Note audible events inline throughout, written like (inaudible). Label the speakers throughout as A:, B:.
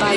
A: by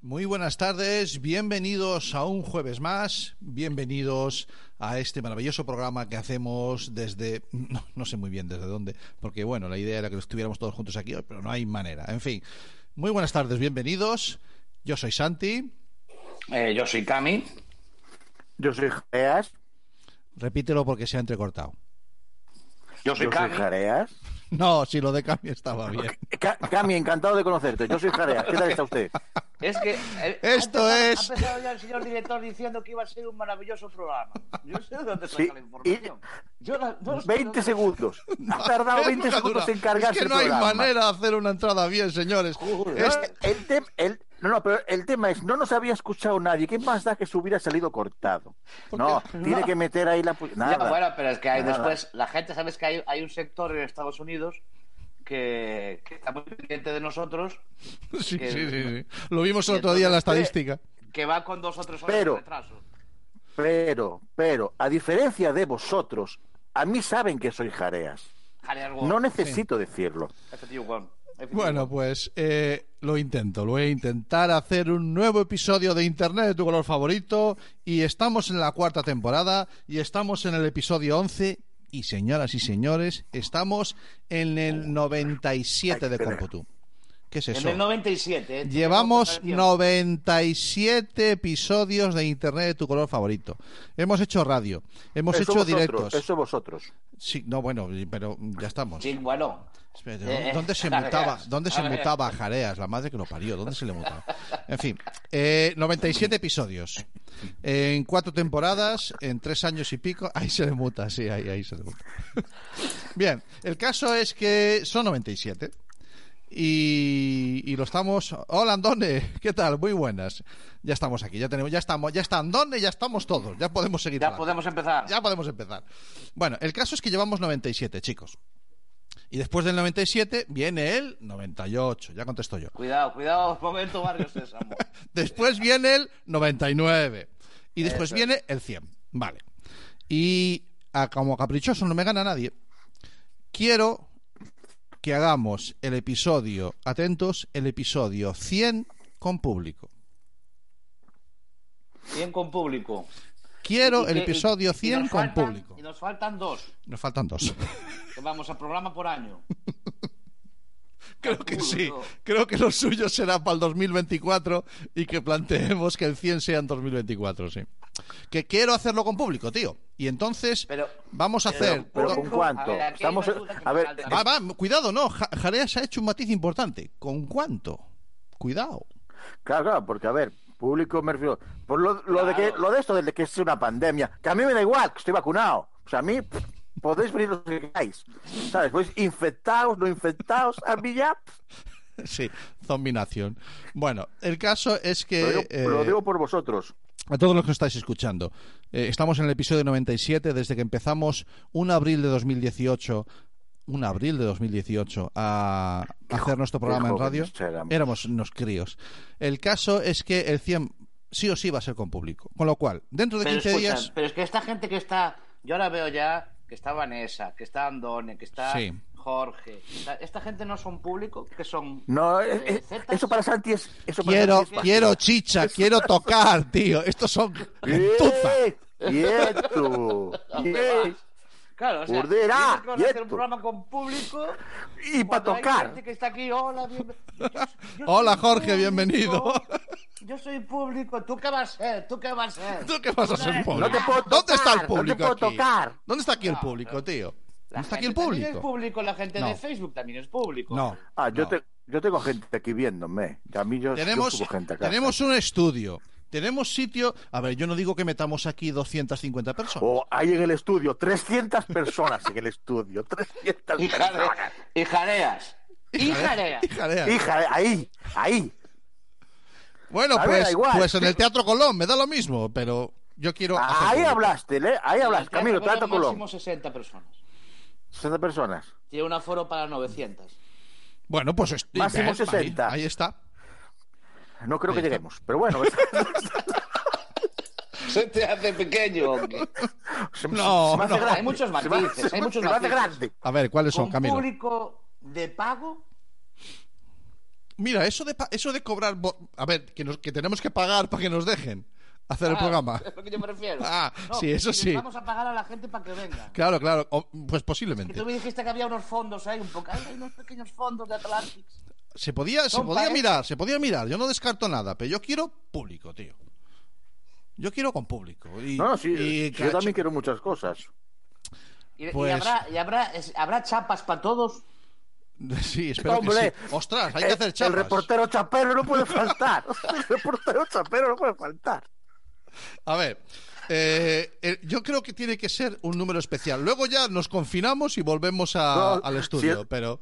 B: Muy buenas tardes, bienvenidos a un jueves más, bienvenidos a este maravilloso programa que hacemos desde, (laughs) no, no sé muy bien desde dónde, porque bueno, la idea era que estuviéramos todos juntos aquí hoy, pero no hay manera. En fin, muy buenas tardes, bienvenidos. Yo soy Santi,
C: Eh, yo soy Cami.
D: Yo soy Jareas.
B: repítelo porque se ha entrecortado. (laughs)
C: Yo soy
D: Yo soy
C: Cami.
D: Jareas.
B: No, si lo de cambio estaba bien.
D: Ca- Cami, encantado de conocerte. Yo soy Jareas. ¿Qué tal está
E: (laughs)
D: usted?
C: Es que. eh,
B: Esto
E: Ha empezado-
B: es...
E: Ha empezado ya el señor director diciendo que iba a ser un maravilloso programa. Yo sé de dónde saca
D: Sí,
E: la información. Yo la- no sé
D: 20
E: dónde-
B: (laughs)
D: segundos. Ha tardado 20 segundos en cargarse
B: Es que no
D: el
B: hay
D: programa.
B: manera de hacer una entrada bien, señores.
D: No,
B: Es- (laughs)
D: el tem- el- no, no, pero el tema es, no nos había escuchado nadie. ¿Qué más da que se hubiera salido cortado? No, tiene que meter ahí la... pu-
E: Ya,
D: Nada.
E: bueno, pero es que hay
D: Nada.
E: después, la gente, ¿sabes que hay, hay un sector en Estados Unidos que, que está muy pendiente de nosotros,
B: Sí, sí,
E: que-
B: sí, sí. Lo vimos el otro día en la estadística.
E: que va con dos o tres horas
D: Pero-
E: de retraso?
D: Pero, pero, a diferencia de vosotros, a mí saben que soy Jareas.
E: Jareas Wong,
D: No necesito decirlo.
E: FTU Wong, FTU
B: Bueno,
E: Wong.
B: pues eh, lo intento, lo voy a intentar hacer un nuevo episodio de Internet de tu color favorito y estamos en la cuarta temporada y estamos en el episodio 11 y señoras y señores, estamos en el 97 de Corpotú. ¿Qué es
E: En
B: eso?
E: el 97. eh,
B: Llevamos
E: tenemos
B: 97 episodios de Internet de tu color favorito. Hemos hecho radio, hemos
E: Eh,
D: Eso
B: hecho
D: vosotros,
B: directos.
D: Eso vosotros.
B: Sí, no, bueno, pero ya
E: que sacar
B: estamos.
E: tiempo. Sí, bueno.
B: Espérate,
E: Eh, (laughs)
B: ¿Dónde se
E: Jareas,
B: mutaba? ¿Dónde se
E: Jareas.
B: mutaba a Jareas? La madre que lo parió. ¿Dónde se le mutaba? En fin, eh, 97 episodios. En cuatro temporadas, en tres años y pico. (laughs) Ahí se le muta, sí, ahí, ahí se le muta. (laughs) Bien, el caso es que son 97. Y, y lo estamos. Hola Andone, ¿qué tal? Muy buenas. Ya estamos aquí, ya tenemos, ya estamos, ya está Andone, ya estamos todos, ya podemos seguir.
E: Ya
B: adelante
E: podemos empezar.
B: ya podemos empezar. Bueno, el caso es que llevamos 97, chicos. Y después del 97 viene el 98, ya contesto yo.
E: Cuidado, cuidado, momento, Barrio Sésamo.
B: Después viene el 99. Y después
E: Eso es.
B: viene el 100. Vale. Y a- como caprichoso no me gana nadie, quiero que hagamos el episodio, atentos, el episodio 100 con público.
E: Bien con público.
B: Quiero
E: Y
B: el
E: que- y-
B: episodio
E: y
B: 100
E: nos
B: con
E: faltan-
B: público.
E: Y nos faltan dos,
B: Nos faltan dos.
E: que vamos a programa por año.
B: Creo que
E: Calculo
B: sí.
E: yo.
B: Creo que lo suyo será para el 2024 y que planteemos que el 100 sea en 2024, sí. Que quiero hacerlo con público, tío. Y entonces
E: Pero-
B: vamos a hacer...
D: eh, Pero
B: no-
D: con
E: Público,
D: cuánto.
E: a ver, aquí hay
D: Estamos...
E: una duda que
D: A
E: me
D: ver,
E: falta.
B: Ah, Va, va, cuidado, no. Ja- Jareas ha hecho un matiz importante. ¿Con cuánto? Cuidado. (laughs)
D: Claro, claro, porque a ver, público me refiero. Por lo, lo de que,
E: Claro.
D: lo de esto, de que es una pandemia, que a mí me da igual, que estoy vacunado. O sea, a mí pff, podéis venir los que queráis. ¿Sabes? Pues infectados, no infectados, a mí ya. pff,
B: Sí, zombinación. Bueno, el caso es que...
D: lo, digo, lo
B: eh,
D: digo por vosotros.
B: A todos los que nos estáis escuchando, eh, estamos en el episodio 97 desde que empezamos un abril de 2018, un abril de 2018 a hacer nuestro programa en
D: jóvenes
B: radio.
D: éramos.
B: Éramos unos críos. El caso es que el 100 sí o sí va a ser con público, con lo cual dentro de
E: Pero,
B: 15
E: escucha,
B: días
E: pero es que esta gente que está. Yo ahora veo ya que está Vanessa, que está Andone, que está
B: Sí.
E: Jorge. que está- esta gente no son público, que son.
D: No,
E: eh,
D: eh, eh,
E: zetas.
D: eso para Santi es. Eso para
B: quiero
D: Santi es
B: quiero chicha, quiero tocar, tío. Estos son gentuza.
D: ¡Bien! ¡Bien
E: (laughs)
D: tú! ¡Bien!
E: Claro, o sea, tienes
D: Urdera,
E: que hacer un
D: quieto.
E: programa con público.
D: Y para
E: cuando hay
D: tocar.
E: gente que está aquí, hola, bienven- yo- yo
B: (laughs) Hola,
E: soy
B: Jorge,
E: público,
B: bienvenido. (laughs)
E: Yo soy público, ¿tú qué vas a ser? ¿Tú qué vas a ser?
B: ¿Tú qué vas a hacer, público?
D: No te puedo
B: ¿Dónde está el
D: tocar, no te
B: público
D: puedo
B: aquí?
D: tocar.
B: ¿Dónde está aquí el
E: No,
B: público,
E: no.
B: tío?
E: La
B: ¿Dónde está aquí el
E: gente también es
B: público?
E: público, la gente
B: No.
E: de Facebook también es público.
B: No.
D: Ah, yo
B: no.
D: te. Yo tengo gente aquí viéndome. A mí yo, yo
B: tenemos,
D: subo gente acá.
B: tenemos un estudio, tenemos sitio. A ver, yo no digo que metamos aquí 250 personas.
D: O hay en el estudio 300 personas en el estudio. 300
E: Y
D: personas.
E: jare- y jareas. Y jareas.
B: Híjale.
D: Hija, ahí, ahí.
B: Bueno,
D: A ver,
B: pues,
D: da igual.
B: pues en el Teatro Colón me da lo mismo, pero yo quiero. hacer
D: Ahí
B: público.
D: hablaste, ¿eh? Ahí hablaste. Camilo,
E: Teatro
D: Teatro Colón.
E: Máximo 60 personas.
D: 60 personas.
E: Tiene un aforo para 900.
B: Bueno, pues est-
D: Máximo
B: ven, ahí-
D: 60.
B: Ahí, está.
D: No creo que
B: Ahí está.
D: lleguemos,
B: (laughs)
D: pero bueno.
E: Se te hace pequeño. hombre.
D: se-
B: No,
D: se me hace
B: no.
D: grande.
E: Hay muchos
D: Se me hace-
E: matices, hay muchos
D: se me hace
E: matices.
D: grande.
B: A ver, ¿cuáles son,
E: Con
B: Camilo?
E: público de pago.
B: Mira, eso de, pa- eso de cobrar. bo- A ver, que, nos- que tenemos que pagar para que nos dejen hacer el
E: Ah,
B: programa.
E: Es lo que yo me refiero.
B: Ah, sí, eso
E: les
B: sí.
E: Vamos a pagar a la gente para que venga.
B: Claro, claro. o- pues
E: Que
B: posiblemente.
E: tú me dijiste que había unos fondos ahí, un poco. Hay unos pequeños fondos de Atlantics.
B: Se podía, se
E: Compa,
B: podía
E: ¿eh?
B: mirar, se podía mirar. Yo no descarto nada, pero yo quiero público, tío. Yo quiero con público. Y,
D: No, no, sí,
B: y
D: sí,
B: cacho-
D: yo también quiero muchas cosas.
E: Y, y
B: Pues-
E: habrá, y habrá, es- habrá chapas para todos.
B: (laughs) Sí, espero que
D: Hombre,
B: sí. Ostras, hay
D: Eh,
B: que hacer
D: El
B: chapas.
D: reportero chapero no puede faltar. (laughs) El reportero chapero no puede faltar.
B: A ver, eh, eh, yo creo que tiene que ser un número especial. Luego ya nos confinamos y volvemos a-
D: No,
B: al estudio,
D: si es-
B: pero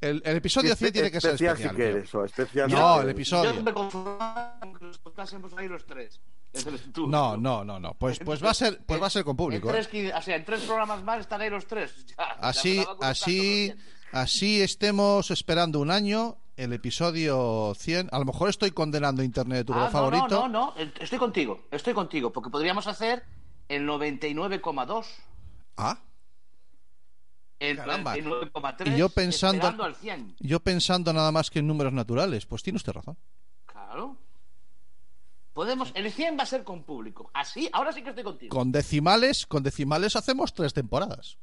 B: el, el episodio 100 tiene que ser
D: especial
B: especial.
D: si
B: tío.
D: quieres, o especial
B: No,
D: si quieres.
B: el episodio.
E: Yo me conformo con que los contásemos ahí los tres. Entre los- tú.
B: No, no, no, no. Pues, pues va a ser, pues va a ser con público.
E: En
B: ¿eh?
E: tres, qui- o sea, en tres programas más están ahí los tres. (laughs) Ya, ya me
B: Así,
E: estaba contando
B: así,
E: los dientes.
B: así estemos esperando un año el episodio 100. A lo mejor estoy condenando Internet de tu
E: Ah,
B: programa
E: No,
B: favorito.
E: no, no, estoy contigo, estoy contigo, porque podríamos hacer el 99,2,
B: Ah,
E: el
B: Caramba.
E: 99,3,
B: Y yo pensando-
E: esperando al 100.
B: yo pensando nada más que en números naturales. Pues tiene usted razón.
E: Claro. Podemos, el 100 va a ser con público. Así, ahora sí que estoy contigo.
B: Con decimales, con decimales hacemos tres temporadas.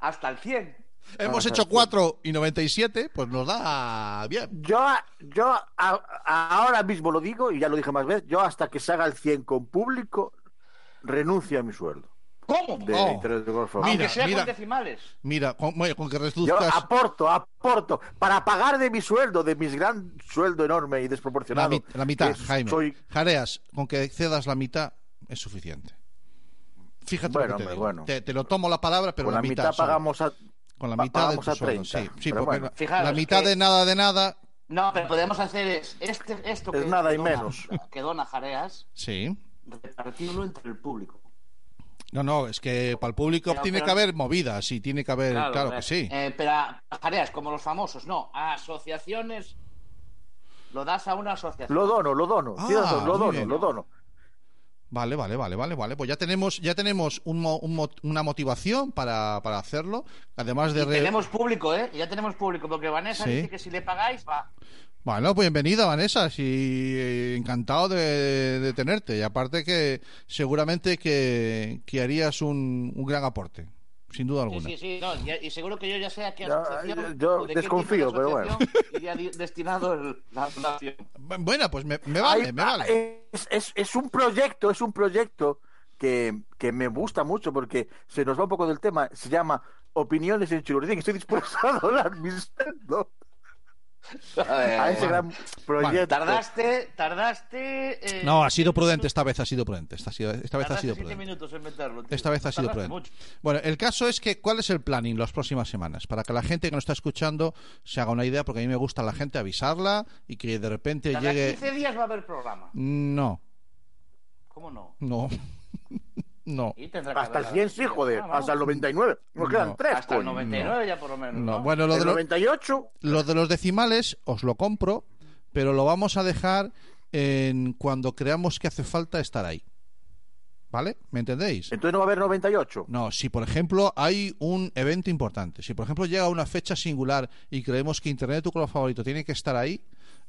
E: Hasta el 100.
B: Hemos
D: Ajá,
B: hecho
D: sí.
B: 4 y 97, pues nos da bien.
D: Yo, yo a- a- ahora mismo lo digo, y ya lo dije más veces, yo hasta que se haga el 100 con público, renuncio a mi sueldo.
E: ¿Cómo?
D: De
B: Oh,
D: Internet de Golfo.
B: mira,
E: Aunque sea
B: mira.
E: con decimales.
B: Mira, con, bueno, con que
D: Yo
B: reduzcas
D: aporto, aporto, para pagar de mi sueldo, de mi gran sueldo enorme y
B: la,
D: desproporcionado.
B: mi- la mitad,
D: que
B: Jaime.
D: Soy...
B: Jareas, con que cedas la mitad es suficiente. Fíjate
D: Bueno,
B: lo que te
D: hombre,
B: digo.
D: bueno.
B: Te, te lo tomo la palabra, pero
D: con
B: la,
D: la mitad,
B: solo.
D: pagamos a...
B: con la
D: pa-
B: mitad de
D: pagamos
B: tu
D: a
B: sueldo,
D: 30.
B: sí, sí,
D: Pero
B: porque
D: bueno.
B: la-
E: Fijaos
B: la mitad
E: que-
B: de nada de nada,
E: No, pero podemos hacer es- este, esto
D: Es
E: que
D: nada y
E: dona-
D: menos.
E: que dona Jareas,
B: sí.
E: repartirlo entre el público.
B: No, no, es que para el público
E: Pero-
B: tiene
E: pero-
B: que haber movidas, sí, tiene que haber, claro,
E: eh,
B: que sí.
E: eh, pero a tareas como los famosos, no, a asociaciones. Lo das a una asociación.
D: Lo dono, lo dono,
B: Ah,
D: tienes razón, lo
B: muy
D: dono,
B: bien.
D: lo dono.
B: Vale, vale, vale, vale, vale. Pues ya tenemos, ya tenemos un mo- un mo- una motivación para, para hacerlo, además de...
E: Y
B: re-
E: tenemos público, ¿eh? Ya tenemos público, porque Vanessa
B: Sí.
E: dice que si le pagáis, va.
B: Bueno, pues bienvenida, Vanessa, sí, eh, encantado de, de tenerte. Y aparte que seguramente que, que harías un, un gran aporte, sin duda
E: Sí,
B: alguna.
E: sí, sí, no, y, y seguro que yo ya sé a qué
D: Ya,
E: asociación.
D: yo- yo
E: o de qué
D: desconfío,
E: tipo de
D: pero bueno.
E: asociación iría di- destinado el- la donación.
B: Bu- Bueno, pues me, me vale,
D: Hay-
B: me
D: ah,
B: vale.
D: Es, es- es un proyecto, es un proyecto que, que me gusta mucho porque se nos va un poco del tema. Se llama Opiniones en Chilurdín. Estoy dispuesto a donar mi sueldo
E: Eh,
D: a ese gran proyecto.
E: Tardaste, tardaste. eh,
B: No, ha sido prudente esta vez, ha sido prudente. Esta, ha sido- esta vez ha
E: tardaste
B: sido
E: siete
B: prudente.
E: minutos en meterlo. tío.
B: Esta vez ha sido
E: Tardaste
B: prudente.
E: mucho.
B: Bueno, el caso es que, ¿cuál es el planning las próximas semanas? Para que la gente que nos está escuchando se haga una idea, porque a mí me gusta la gente avisarla y que de repente
E: Cada
B: llegue...
E: 15 días va a haber programa.
B: No,
E: ¿Cómo no?
B: no, (laughs) no.
E: Y tendrá que
D: Hasta el
E: haber-
D: 100, sí, joder.
E: Ah, vamos.
D: Hasta el 99. Nos quedan
B: No.
D: tres.
E: Hasta el
D: coño.
E: 99 ya por lo menos.
B: No,
E: No,
B: bueno, lo de
D: El
B: lo-
D: 98.
B: lo de los decimales os lo compro, pero lo vamos a dejar en cuando creamos que hace falta estar ahí. ¿Vale? ¿Me entendéis?
D: Entonces no va a haber 98.
B: No, si por ejemplo hay un evento importante, si por ejemplo llega una fecha singular y creemos que Internet de tu color favorito tiene que estar ahí,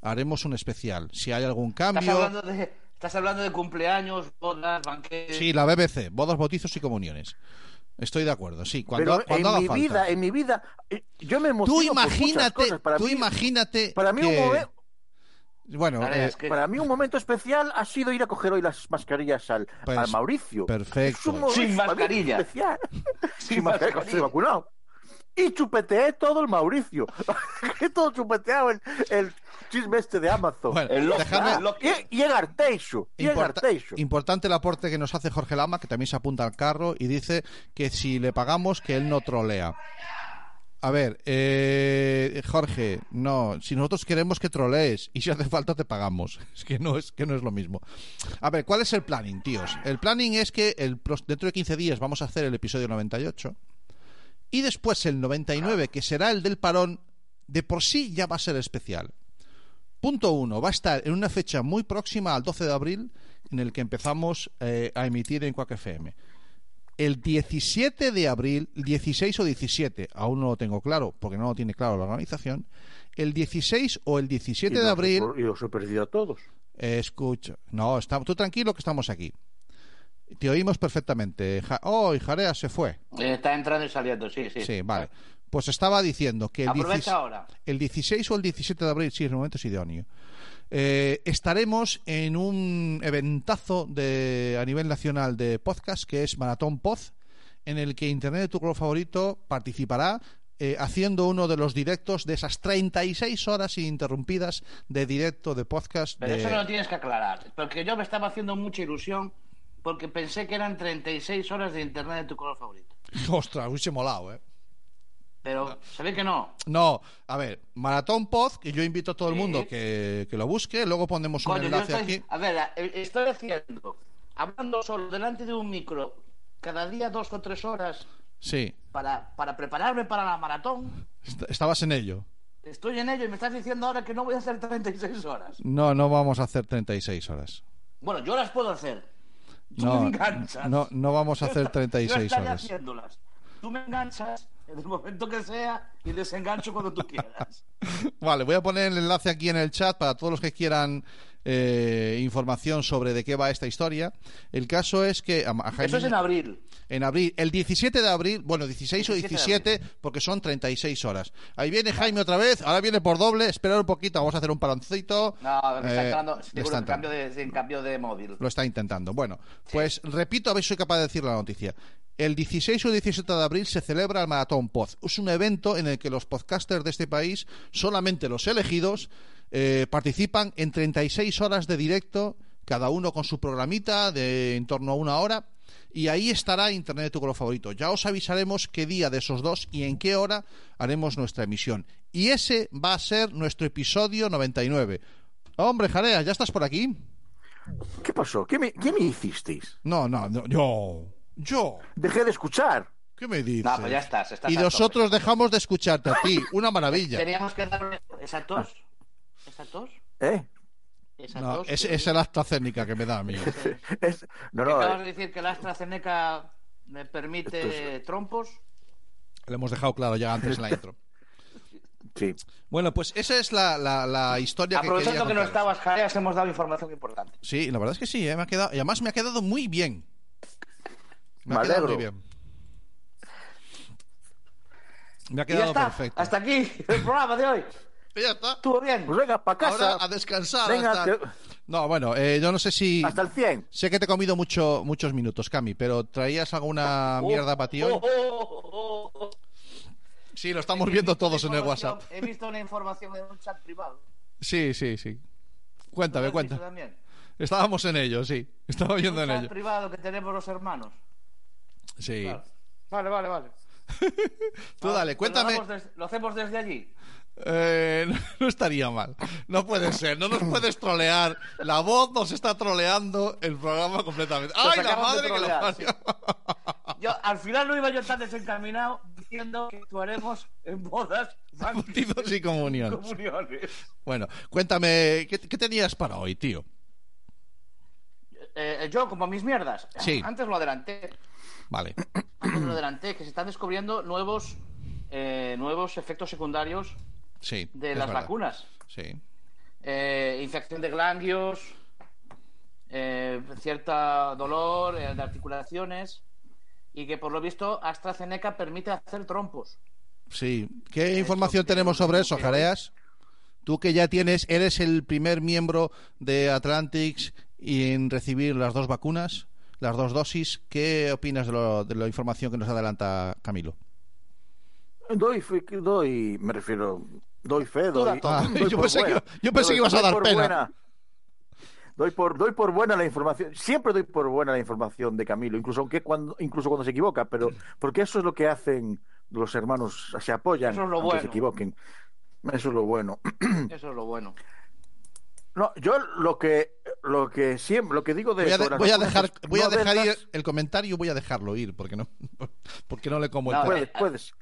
B: haremos un especial. Si hay algún
E: Estás
B: cambio...
E: hablando de, estás hablando de cumpleaños, bodas, banquetes.
B: Sí, la BBC, bodas, bautizos y comuniones. Estoy de acuerdo, sí. Cuando,
D: Pero
B: cuando
D: en
B: haga
D: mi
B: falta.
D: vida, en mi vida, eh, yo me emociono
B: Tú
D: por muchas
B: imagínate,
D: cosas. Para
B: tú
D: mí,
B: imagínate...
D: para mí un
B: que-
D: momen-
B: Bueno,
E: Ahora,
B: eh,
E: es que-
D: Para mí un momento especial ha sido ir a coger hoy las mascarillas al,
B: Pues,
D: al Mauricio.
B: perfecto.
D: Es un momento
E: Sin
D: para mí
E: mascarilla.
D: especial. Sin mascarilla.
E: mascarilla.
D: Estoy vacunado. y chupeteé todo el Mauricio. (laughs) que todo chupeteado el, el chisme este de Amazon.
B: Bueno,
D: El Lost
B: dejadme-
D: Ark. y, y el Arteixo. Y el
B: Importa-
D: Arteixo.
B: importante el aporte que nos hace Jorge Lama, que también se apunta al carro y dice que si le pagamos, que él no trolea. A ver, eh, Jorge, no, si nosotros queremos que trolees y si hace falta te pagamos. (laughs) Es que no es que no es lo mismo. A ver, ¿cuál es el planning, tíos? El planning es que el, pros- dentro de 15 días vamos a hacer el episodio 98 y después el 99, que será el del parón, de por sí ya va a ser especial. Punto uno, va a estar en una fecha muy próxima al 12 de abril, en el que empezamos eh, a emitir en Quack FM. El 17 de abril, 16 o 17, aún no lo tengo claro, porque no lo tiene claro la organización. El 16 o el 17
D: Y
B: de
D: los-
B: abril.
D: Y los he perdido a todos.
B: Eh, Escucha. No, está, tú tranquilo que estamos aquí. Te oímos perfectamente. Ja- oh, y Jarea se fue.
E: Eh, Está entrando y saliendo, sí, sí.
B: Sí, vale. Pues estaba diciendo que el,
E: Aprovecha
B: 16
E: ahora.
B: el 16 o el 17 de abril, sí, el momento es idóneo. eh, estaremos en un eventazo de, a nivel nacional de podcast que es Maratón Pod, en el que Internet de tu color favorito participará eh, haciendo uno de los directos de esas 36 horas ininterrumpidas de directo de podcast.
E: Pero
B: de-
E: eso no lo tienes que aclarar. Porque yo me estaba haciendo mucha ilusión porque pensé que eran 36 horas de internet de tu color favorito.
B: (laughs) Ostras, hubiese molado, ¿eh?
E: Pero se ve que no.
B: No, a ver, Maratón Pod, que yo invito a todo el
E: Sí.
B: mundo que, que lo busque, luego ponemos un
E: Coño, yo
B: enlace
E: estoy-
B: aquí.
E: A ver, a- eh, estoy haciendo, hablando solo delante de un micro, cada día dos o tres horas
B: Sí,
E: para, para prepararme para la maratón.
B: est- estabas en ello.
E: Estoy en ello y me estás diciendo ahora que no voy a hacer 36 horas.
B: No, no vamos a hacer 36 horas.
E: Bueno, yo las puedo hacer. Tú
B: No,
E: me enganchas.
B: no, no vamos a
E: (laughs)
B: hacer
E: yo
B: 36
E: estaré
B: horas.
E: haciéndolas. Tú me enganchas en el momento que sea y desengancho cuando tú
B: (laughs)
E: quieras.
B: Vale, voy a poner el enlace aquí en el chat para todos los que quieran eh, información sobre de qué va esta historia. El caso es que a- a Jaime-
E: Eso es en abril.
B: En abril, el 17 de abril, bueno, 16 o
E: 17 de
B: 17, porque son 36 horas. Ahí viene Jaime otra vez, ahora viene por doble, esperar un poquito, vamos a hacer un paroncito.
E: No, me está
B: Eh,
E: entrando.
B: le
E: Seguro
B: está
E: que cambio
B: entrando.
E: de, en cambio de móvil.
B: Lo está intentando. Bueno, pues repito, a ver si soy capaz de decir la noticia. El 16 o 17 de abril se celebra el Maratón Pod. Es un evento en el que los podcasters de este país, solamente los elegidos, eh, participan en 36 horas de directo, cada uno con su programita de en torno a una hora. Y ahí estará Internet de tu color favorito. Ya os avisaremos qué día de esos dos y en qué hora haremos nuestra emisión. Y ese va a ser nuestro episodio 99. Hombre, Jarea, ¿ya estás por aquí?
D: ¿Qué pasó? ¿Qué me, qué me hicisteis?
B: No, no, no, yo. Yo.
D: Dejé de escuchar.
B: ¿Qué me dices?
E: No, pues ya estás. estás
B: y
E: a tope.
B: nosotros dejamos de escucharte a ti. Una
E: (laughs)
B: maravilla.
E: Teníamos que dar esa tos. Esa tos.
D: ¿Eh? (laughs)
E: Esa
B: No,
E: tos
B: Ah. es,
E: que-
B: es el AstraZeneca que me da a mí. (laughs)
D: Es- no,
E: que
D: no.
E: Acabas
D: eh,
E: de decir que la AstraZeneca me permite
D: Esto
E: trompos.
B: Lo hemos dejado claro ya antes en la intro.
D: Sí.
B: Bueno, pues esa es la, la- la historia que
E: Aprovechando
B: quería
E: que no
B: contaros.
E: estabas, Jareas, hemos dado información importante.
B: Sí, la verdad es que sí, eh, me ha quedado, y además me ha quedado muy bien. Me,
D: Me
B: ha quedado
D: alegro.
B: muy bien. Me
E: Y ya
B: ha quedado
E: está.
B: perfecto.
E: Hasta aquí el programa de hoy.
B: Y ya está.
E: Estuvo bien.
D: Pues venga, para casa.
B: Ahora a descansar.
D: Venga,
B: hasta-
D: te-
B: No, bueno, eh, yo no sé si.
D: Hasta el 100.
B: Sé que te he comido mucho, muchos minutos, Cami, pero ¿traías alguna mierda para ti hoy?
E: Oh, oh, oh, oh, oh.
B: Sí, lo estamos viendo
E: He visto
B: todos en el
E: información-
B: WhatsApp.
E: He visto una información en un chat privado.
B: Sí, sí, sí.
E: ¿Lo
B: Cuéntame,
E: has visto
B: cuéntame.
E: también?
B: Estábamos en ello, sí. Estaba viendo
E: Un
B: en
E: chat
B: ello.
E: privado que tenemos los hermanos.
B: Sí.
E: Vale, vale, vale. Ah,
B: Tú dale, cuéntame.
E: Lo hacemos, des- lo hacemos desde allí.
B: Eh, (laughs) no- no estaría mal. No puede ser, no nos puedes trolear. La voz nos está troleando el programa completamente.
E: Nos
B: ¡Ay, la
E: acaban de
B: madre que lo
E: trolear,
B: parió!
E: Yo, al final no iba yo tan desencaminado diciendo que actuaremos en
B: (laughs)
E: bodas,
B: Bautizos
E: (laughs)
B: y comunión.
E: comuniones.
B: Bueno, cuéntame, ¿qué, qué tenías para hoy, tío?
E: Eh, yo, como mis mierdas.
B: Sí.
E: Antes lo adelanté.
B: Vale.
E: Antes lo adelanté, que se están descubriendo nuevos, eh, nuevos efectos secundarios
B: Sí.
E: de
B: es
E: las
B: verdad.
E: vacunas.
B: Sí.
E: Eh, infección de ganglios, eh, cierta dolor eh, de articulaciones y que por lo visto AstraZeneca permite hacer trompos.
B: Sí. ¿Qué
E: Eso
B: información
E: creo
B: tenemos
E: que
B: sobre
E: no
B: eso,
E: creo.
B: Jareas? Tú que ya tienes, eres el primer miembro de Atlantics y en recibir las dos vacunas, las dos dosis. ¿Qué opinas de, lo- de la información que nos adelanta Camilo?
D: Doy, fe- doy, me refiero, doy fe,
B: Tú da
D: doy.
B: todo. (laughs) Yo
D: por
B: pensé que-
D: buena.
B: yo pensé que ibas a dar
D: por
B: pena.
D: buena. Doy por, doy por buena la información. Siempre doy por buena la información de Camilo, incluso aunque cuando, incluso cuando se equivoca, pero porque eso es lo que hacen los hermanos, se apoyan,
E: Eso es lo
D: aunque
E: bueno.
D: se equivoquen. Eso es lo bueno.
B: Hmm.
E: Eso es lo bueno.
D: No, yo lo que lo que siempre, lo que digo de
B: Voy a, de-
D: sobre las
B: voy a
D: cosas
B: dejar, voy a
D: no
B: dejar
D: densas-
B: ir el comentario, voy a dejarlo ir, porque no, (laughs) porque no le como el
E: No,
B: taco.
D: Puedes, puedes.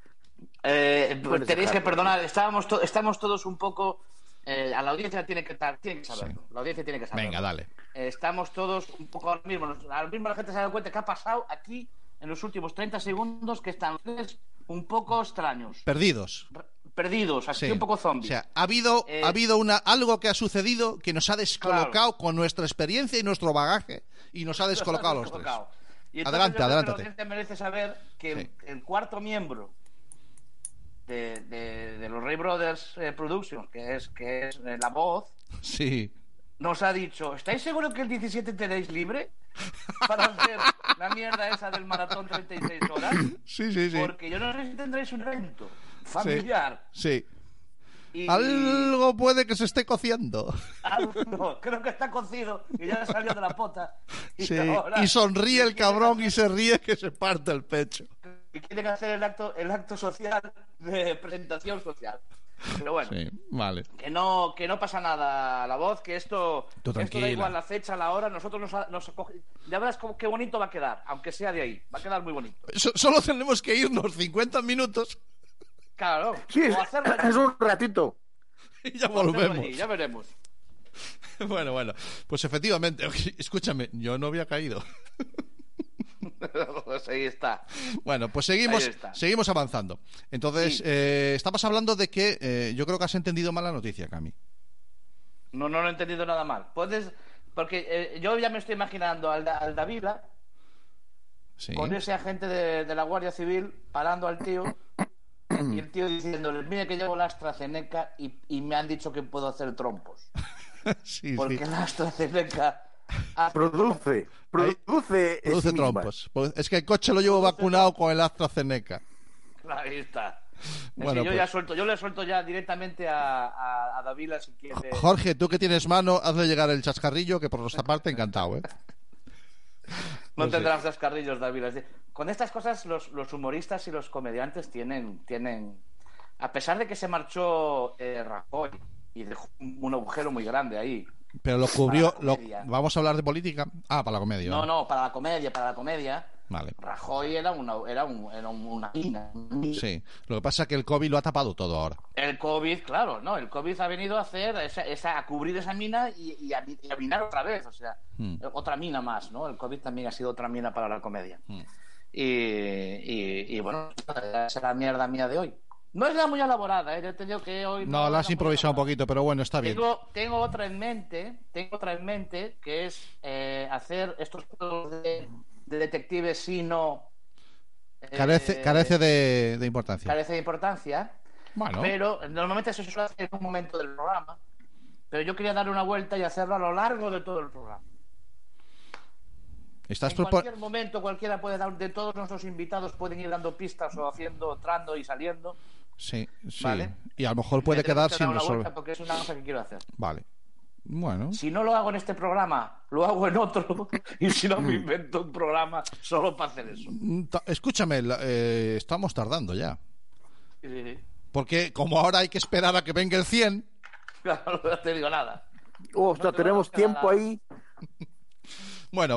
E: Eh,
D: Puedes
E: tenéis que
D: dejarlo.
E: perdonar, estábamos to- estamos todos un poco. eh, a la audiencia tiene que, estar- tiene que saberlo. La audiencia tiene que saberlo.
B: Venga, dale.
E: Eh, estamos todos un poco ahora mismo. nos- Ahora mismo la gente se ha dado cuenta que ha pasado aquí en los últimos 30 segundos que están ustedes un poco extraños,
B: Perdidos.
E: perdidos, así
B: Sí.
E: un poco
B: O
E: zombies.
B: sea, ha habido,
E: Eh,
B: ha habido una, algo que ha sucedido que nos ha descolocado
E: Claro.
B: con nuestra experiencia y nuestro bagaje y nos ha descolocado a los tres.
E: Colocado. Y entonces
B: Adelante,
E: yo creo que
B: adelántate.
E: La gente merece saber que
B: Sí.
E: el cuarto miembro de, de- de los Ray Brothers eh, Productions, que es, que es eh, la voz,
B: Sí.
E: nos ha dicho, ¿estáis seguros que el 17 tenéis libre (laughs) para hacer la mierda esa del maratón 36 horas?
B: Sí, sí, sí.
E: Porque yo no sé si tendréis un evento familiar.
B: Sí.
E: Y...
B: Algo puede que se esté cociendo.
E: algo, (laughs) creo que está cocido y ya salió de la pota.
B: Sí.
E: ahora-
B: Y sonríe
E: quieren
B: el cabrón y
E: hacer-
B: se ríe que se parte el pecho.
E: y quieren hacer el acto, el acto social de presentación social. Pero bueno,
B: Sí, vale.
E: que no, que no pasa nada a la voz, que esto,
B: Tú
E: esto
B: tranquila.
E: da igual la fecha, la hora, nosotros nos, ha- nos acoge- ya verás cómo- qué bonito va a quedar, aunque sea de ahí, va a quedar muy bonito.
B: So- solo tenemos que irnos 50 minutos
E: Claro,
D: Sí, es,
E: o hacerlo allí,
D: es un ratito.
B: y ya
E: o hacerlo allí,
B: volvemos.
E: ya veremos.
B: (laughs)
E: (laughs)
B: Bueno, bueno. Pues efectivamente, (laughs) escúchame, yo no había caído. (laughs)
E: Pues ahí está.
B: Bueno, pues seguimos,
E: Ahí está.
B: seguimos avanzando. Entonces,
E: Sí.
B: eh, estabas hablando de que eh, yo creo que has entendido mal la noticia, Cami.
E: No, no lo he entendido nada mal. Puedes, porque eh, yo ya me estoy imaginando al, Da- al Davila
B: Sí.
E: con ese agente de, de la Guardia Civil parando al tío y el tío diciéndole, mire que llevo la AstraZeneca y, y me han dicho que puedo hacer trompos.
B: (laughs) Sí, sí.
E: Porque la AstraZeneca hace-
D: Produce, produce, en
B: Produce
D: sí misma.
B: trompos. Pues Es que el coche lo llevo vacunado con el AstraZeneca.
E: Ahí está. Es
B: Bueno,
E: que yo
B: pues.
E: ya suelto, yo le suelto ya directamente a, a, a Davila si quiere.
B: Jorge, tú que tienes mano, hazle llegar el chascarrillo, que por
E: (laughs)
B: nuestra parte encantado, ¿eh?
E: No
B: no sé.
E: tendrás dos carrillos, Davila. Es decir, Con estas cosas los, los humoristas y los comediantes tienen, tienen, a pesar de que se marchó eh, Rajoy y dejó un un agujero muy grande ahí,
B: Pero lo cubrió.
E: Para la
B: Lo...
E: comedia.
B: Vamos a hablar de política. Ah, para la comedia.
E: No,
B: ¿vale?
E: no, para la comedia, para la comedia.
B: Vale.
E: Rajoy era una era un, era un- una mina.
B: Sí. Lo que pasa es que el COVID lo ha tapado todo ahora.
E: El COVID, claro, no, el COVID ha venido a hacer esa, esa- a cubrir esa mina y, y a, mi- y a minar otra vez, o sea,
B: Hmm.
E: otra mina más, ¿no? El COVID también ha sido otra mina para la comedia.
B: Hmm.
E: Y, y- y, bueno, esa es la mierda mía de hoy. No es la muy elaborada, ¿eh? yo he tenido que hoy
B: No, lo has
E: la
B: improvisado un
E: muy elaborada.
B: poquito, pero bueno, está bien.
E: Tengo, tengo otra en mente, tengo otra en mente que es eh, hacer estos juegos de, de detectives si no eh,
B: Carece, carece de, de importancia.
E: carece de importancia.
B: Bueno,
E: Pero normalmente se suele hacer en un momento del programa. Pero yo quería darle una vuelta y hacerlo a lo largo de todo el programa.
B: estás
E: en
B: propon-
E: cualquier momento cualquiera puede dar, de todos nuestros invitados pueden ir dando pistas o haciendo, entrando y saliendo.
B: Sí, sí.
E: Vale.
B: Y a lo mejor puede
E: Le tengo que
B: quedar
E: dar
B: sin
E: una
B: resolver.
E: vuelta Porque es una cosa que quiero hacer.
B: Vale. Bueno.
E: Si no lo hago en este programa, lo hago en otro. (laughs) Y si no, me invento un programa solo para hacer eso.
B: Mm, ta- Escúchame, la- eh, estamos tardando ya.
E: Sí, sí, (laughs) sí.
B: Porque como ahora hay que esperar a que venga el 100,
E: Claro, no te digo nada.
D: Ostras,
E: No te
D: tenemos
E: van a quedar
D: tiempo
E: nada.
D: ahí
B: bueno,